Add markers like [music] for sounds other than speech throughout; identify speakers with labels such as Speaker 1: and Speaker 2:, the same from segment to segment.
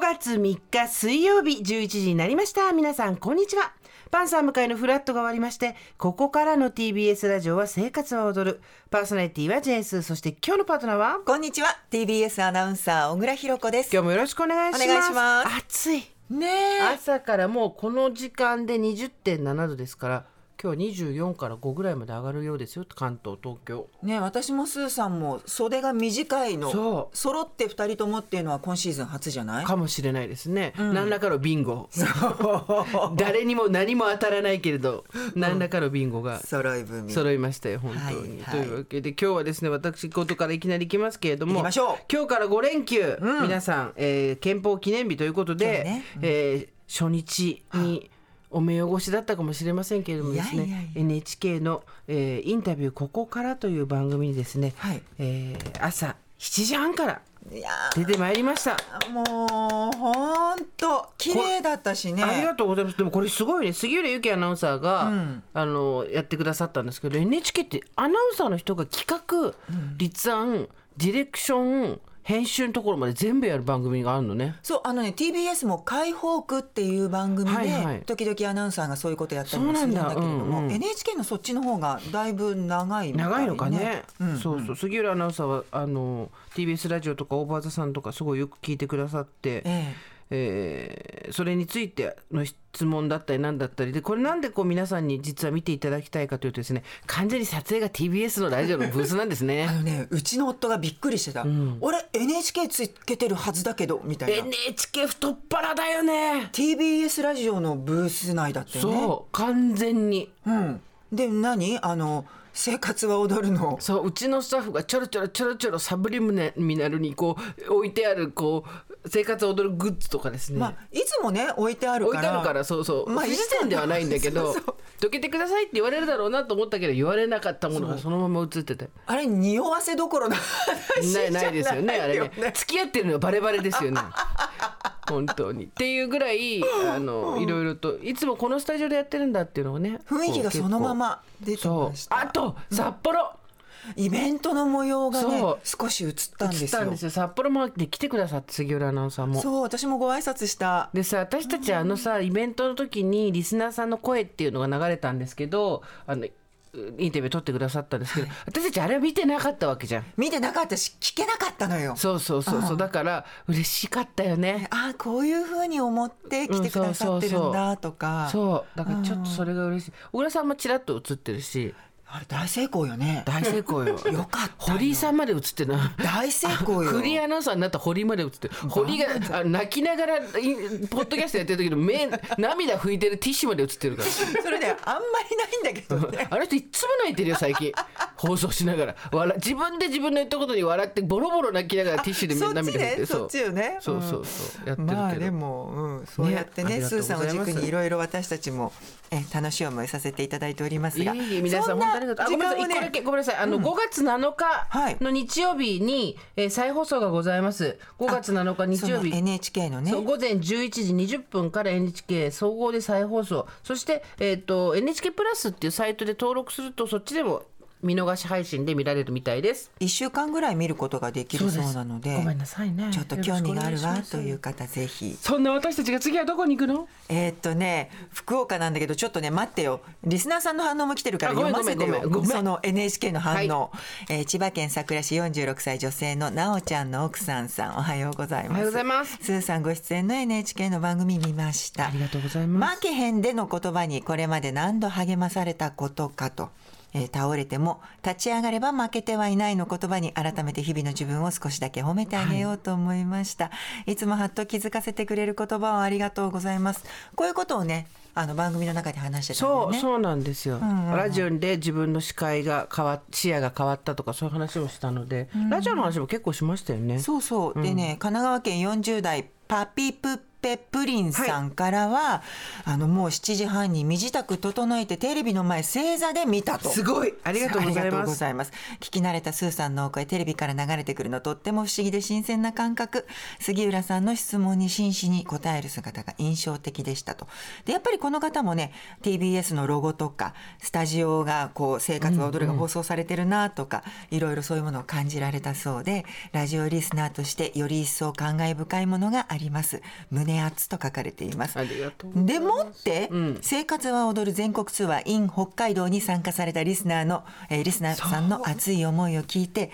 Speaker 1: 月3日水曜日11時になりました皆さんこんにちはパンサー向かいのフラットが終わりましてここからの TBS ラジオは生活は踊るパーソナリティはジェーンスーそして今日のパートナーは
Speaker 2: こんにちは TBS アナウンサー小倉弘子です
Speaker 1: 今日もよろしくお願いします
Speaker 2: お願いします
Speaker 1: 暑い
Speaker 2: ねえ
Speaker 1: 朝からもうこの時間で20.7度ですから今日は24から5ぐらいまで上がるようですよ関東東京
Speaker 2: ねえ私もスーさんも袖が短いの
Speaker 1: そう
Speaker 2: 揃って二人ともっていうのは今シーズン初じゃない
Speaker 1: かもしれないですね、何らかのビンゴ [laughs] 誰にも何も当たらないけれど何らかのビンゴが
Speaker 2: 揃い踏み
Speaker 1: 揃いましたよ本当に、
Speaker 2: はいはい
Speaker 1: というわけで今日はですね私ことからいきなり行きますけれども
Speaker 2: 行きましょう
Speaker 1: 今日から5連休、皆さん、えー憲法記念日ということ
Speaker 2: そう
Speaker 1: で、
Speaker 2: ね
Speaker 1: えー初日にお目汚しだったかもしれませんけれどもですね
Speaker 2: いやいやいや
Speaker 1: NHK の、えーインタビュー「ここから」という番組にですね、
Speaker 2: はい
Speaker 1: えー朝7時半から
Speaker 2: いや
Speaker 1: 出てまいりました。
Speaker 2: ーもうほんと綺麗だったしね
Speaker 1: ありがとうございます。でもこれすごいね。杉浦由紀アナウンサーが、
Speaker 2: うん
Speaker 1: あのやってくださったんですけど、NHK ってアナウンサーの人が企画、立案、ディレクション、編集のところまで全部やる番組があるのね。
Speaker 2: そうあのね TBS も「解放区」っていう番組で、
Speaker 1: はいはい
Speaker 2: 時々アナウンサーがそういうことやったりもするんだけれど
Speaker 1: そうな
Speaker 2: も、
Speaker 1: んだうんうん
Speaker 2: NHK のそっちの方がだいぶ長いみたい
Speaker 1: 長いのかね。
Speaker 2: うん
Speaker 1: そうそう。杉浦アナウンサーはあの TBS ラジオとかオーバーザさんとかすごいよく聞いてくださって。
Speaker 2: え
Speaker 1: えーそれについての質問だったり何だったりでこれなんでこう皆さんに実は見ていただきたいかというとですね完全に撮影が TBS のラジオのブースなんですね
Speaker 2: えあ。のねうちの夫がびっくりしてた「俺 NHK つけてるはずだけど」みたいな
Speaker 1: NHK 太っ腹だよね
Speaker 2: TBS ラジオのブース内だったよね
Speaker 1: そう完全に
Speaker 2: うん、で何あの「生活は踊るの」
Speaker 1: そううちのスタッフがちょろちょろちょろちょろサブリミナルにこう置いてあるこう生活を踊るグッズとかですね、
Speaker 2: まあ、いつもね置いてある
Speaker 1: 置
Speaker 2: か
Speaker 1: い
Speaker 2: ら
Speaker 1: てあるからそうそう、
Speaker 2: まあ
Speaker 1: 不自然ではないんだけど
Speaker 2: [laughs] そうそう
Speaker 1: どけてくださいって言われるだろうなと思ったけど言われなかったものがそのまま映ってて
Speaker 2: あれ匂わせどころの話じ
Speaker 1: な
Speaker 2: ゃ
Speaker 1: いないですよねあれ
Speaker 2: よ
Speaker 1: ね付き合ってるのはバレバレですよ
Speaker 2: [laughs]
Speaker 1: ね本当にっていうぐらいあのいろいろといつもこのスタジオでやってるんだっていうのをね
Speaker 2: 雰囲気がそのまま出て
Speaker 1: そ
Speaker 2: ま
Speaker 1: う
Speaker 2: した
Speaker 1: あと札幌、
Speaker 2: イベントの模様がね
Speaker 1: そう
Speaker 2: 少し映ったん
Speaker 1: 来
Speaker 2: です
Speaker 1: たん
Speaker 2: よ
Speaker 1: ですよ札幌もで来てくださって杉浦アナウンサーも
Speaker 2: そう私もご挨拶した
Speaker 1: でさ私たちあのさイベントの時にリスナーさんの声っていうのが流れたんですけどあのインタビュー撮ってくださったんですけど、私たちあれは見てなかったわけじゃん
Speaker 2: 見てなかったし聞けなかったのよ
Speaker 1: そうそうそうそう、だから嬉しかったよね
Speaker 2: ああこういうふうに思って来てくださってるんだとか、
Speaker 1: そうだからちょっとそれが嬉しい小倉さんもちらっと映ってるし
Speaker 2: あれ大成功よね
Speaker 1: 大成
Speaker 2: [laughs]
Speaker 1: 功よ
Speaker 2: よかったよ
Speaker 1: 堀井さんまで映ってない
Speaker 2: 大成功よ
Speaker 1: フリーアナウンサーになった堀井まで映ってる堀井があ泣きながらいポッドキャストやってる時の目 [laughs] 涙拭いてるティッシュまで映ってるか
Speaker 2: [laughs] それであんまりないんだけどね
Speaker 1: らあの人いっつも泣いてるよ
Speaker 2: [laughs]
Speaker 1: 最近放送しながら笑自分で自分の言ったことに笑ってボロボロ泣きながらティッシュで
Speaker 2: そっち
Speaker 1: 涙拭いて
Speaker 2: ねそっちよね
Speaker 1: そうそ
Speaker 2: ん
Speaker 1: うそうやってるけど、
Speaker 2: まあでも、うん、そうやってね
Speaker 1: ね
Speaker 2: スーさんを
Speaker 1: ありが
Speaker 2: 軸
Speaker 1: とうございます
Speaker 2: にいろいろ私たちもえ楽しい思いさせていただいておりますが
Speaker 1: いえいえ皆さん
Speaker 2: そ
Speaker 1: 本当ありがとう。あごめんなさい一個
Speaker 2: 時間
Speaker 1: だ
Speaker 2: をね
Speaker 1: けごめんなさいあの、5月7
Speaker 2: はい
Speaker 1: 日の日曜日に、えー再放送がございます。5月7日日曜
Speaker 2: その
Speaker 1: 日。
Speaker 2: NHK のね
Speaker 1: そう午前11時20分から NHK 総合で再放送そして、えー、と NHK プラスっていうサイトで登録するとそっちでも見逃し配信で見られるみたいです
Speaker 2: 1週間ぐらい見ることができるそうなので
Speaker 1: ごめんなさいね
Speaker 2: ちょっと興味がある
Speaker 1: よ
Speaker 2: わ
Speaker 1: ろしく
Speaker 2: と
Speaker 1: お願します
Speaker 2: いう方ぜひ
Speaker 1: そんな私たちが次はどこに行くの
Speaker 2: えーっとね福岡なんだけどちょっとね待ってよリスナーさんの反応も来てるから
Speaker 1: あごめ
Speaker 2: 読
Speaker 1: ん
Speaker 2: ませて
Speaker 1: ごめんごめんご
Speaker 2: よ
Speaker 1: めん
Speaker 2: その NHK の反応、
Speaker 1: は
Speaker 2: えー千葉県佐倉市46歳女性のなおちゃんの奥さんさんおはようございま
Speaker 1: お
Speaker 2: す
Speaker 1: はようございます
Speaker 2: スーさんご出演の NHK の番組見ました
Speaker 1: ありがとうございます
Speaker 2: 負けへんでの言葉にこれまで何度励まされたことかと、えー倒れても立ち上がれば負けてはいないの言葉に改めて日々の自分を少しだけ褒めてあげようと思いました、い、つもはっと気づかせてくれる言葉をありがとうございますこういうことをねあの番組の中で話してたんだ
Speaker 1: そ
Speaker 2: よ
Speaker 1: う、
Speaker 2: ね
Speaker 1: そうなんですよ、
Speaker 2: んうん
Speaker 1: ラジオで自分の視界が変わ視野が変わったとかそういう話をしたので、ラジオの話も結構しましたよね
Speaker 2: そうそう、でね神奈川県40代パピプぺプリンさんからは、あのもう7時半に身支度整えてテレビの前正座で見たと。
Speaker 1: すごいありがとうござい
Speaker 2: ありがとう
Speaker 1: ま
Speaker 2: ご
Speaker 1: す
Speaker 2: ざいます聞き慣れたスーさんのお声テレビから流れてくるのとっても不思議で新鮮な感覚杉浦さんの質問に真摯に答える姿が印象的でしたとでやっぱりこの方もね TBS のロゴとかスタジオがこう「生活は踊る」が放送されてるなとか、いろいろそういうものを感じられたそうでラジオリスナーとしてより一層感慨深いものがあります胸熱と書かれています
Speaker 1: ありがとうございます
Speaker 2: でもって、生活は踊る全国ツアー in 北海道に参加されたリスナーの、えーリスナーさんの熱い思いを聞いて、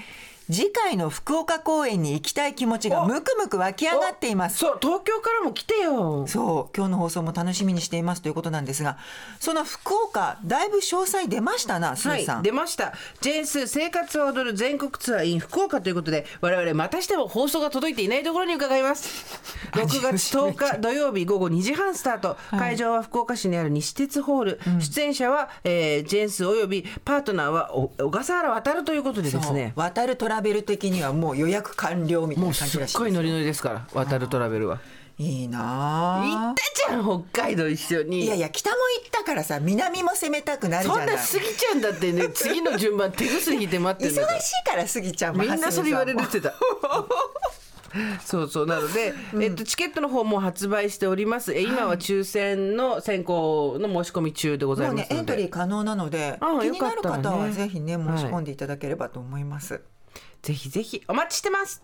Speaker 2: 次回の福岡公演に行きたい気持ちがムクムク湧き上がっています。
Speaker 1: そう東京からも来てよ
Speaker 2: そう、今日の放送も楽しみにしていますということなんですが、その福岡、だいぶ詳細出ましたな、ス
Speaker 1: は
Speaker 2: ー
Speaker 1: い
Speaker 2: さん。
Speaker 1: 出ました「ジェンス生活を踊る全国ツアー in 福岡」ということで我々またしても放送が届いていないところに伺い
Speaker 2: [laughs]
Speaker 1: ます6月10日土曜日午後2時半スタート、会場は福岡市にある西鉄ホール、出演者は、えージェンスおよびパートナーはお小笠原渡るということでですね
Speaker 2: そう渡るトラベル的にはもう予約完了みたい
Speaker 1: も
Speaker 2: な
Speaker 1: う
Speaker 2: 感
Speaker 1: す
Speaker 2: じ
Speaker 1: っ
Speaker 2: らしい
Speaker 1: ごいノリノリですから渡るトラベルは。
Speaker 2: いいなぁ
Speaker 1: 行ったじゃん北海道一緒に
Speaker 2: いやいや北も行ったからさ南も攻めたくなるじゃ
Speaker 1: そ
Speaker 2: ない
Speaker 1: んなスギちゃんだってね次の順番手薬引いて待ってる
Speaker 2: 忙し
Speaker 1: んだから
Speaker 2: いからスギちゃんも
Speaker 1: みんなそれ言われる
Speaker 2: 蓮見
Speaker 1: って言ってた。 [laughs] そうそうなので、えっと、チケットの方も発売しておりますえ今は抽選の選考の申し込み中でご
Speaker 2: さん
Speaker 1: ざい
Speaker 2: もも
Speaker 1: ま
Speaker 2: うね
Speaker 1: す
Speaker 2: エ
Speaker 1: の
Speaker 2: ント
Speaker 1: で、
Speaker 2: リー可能なので
Speaker 1: ああ
Speaker 2: 気になる
Speaker 1: よかった
Speaker 2: 方
Speaker 1: わ
Speaker 2: は
Speaker 1: ね
Speaker 2: ぜひね申
Speaker 1: はい
Speaker 2: し込んでいただければと思います、
Speaker 1: ぜひぜひお待ちしてます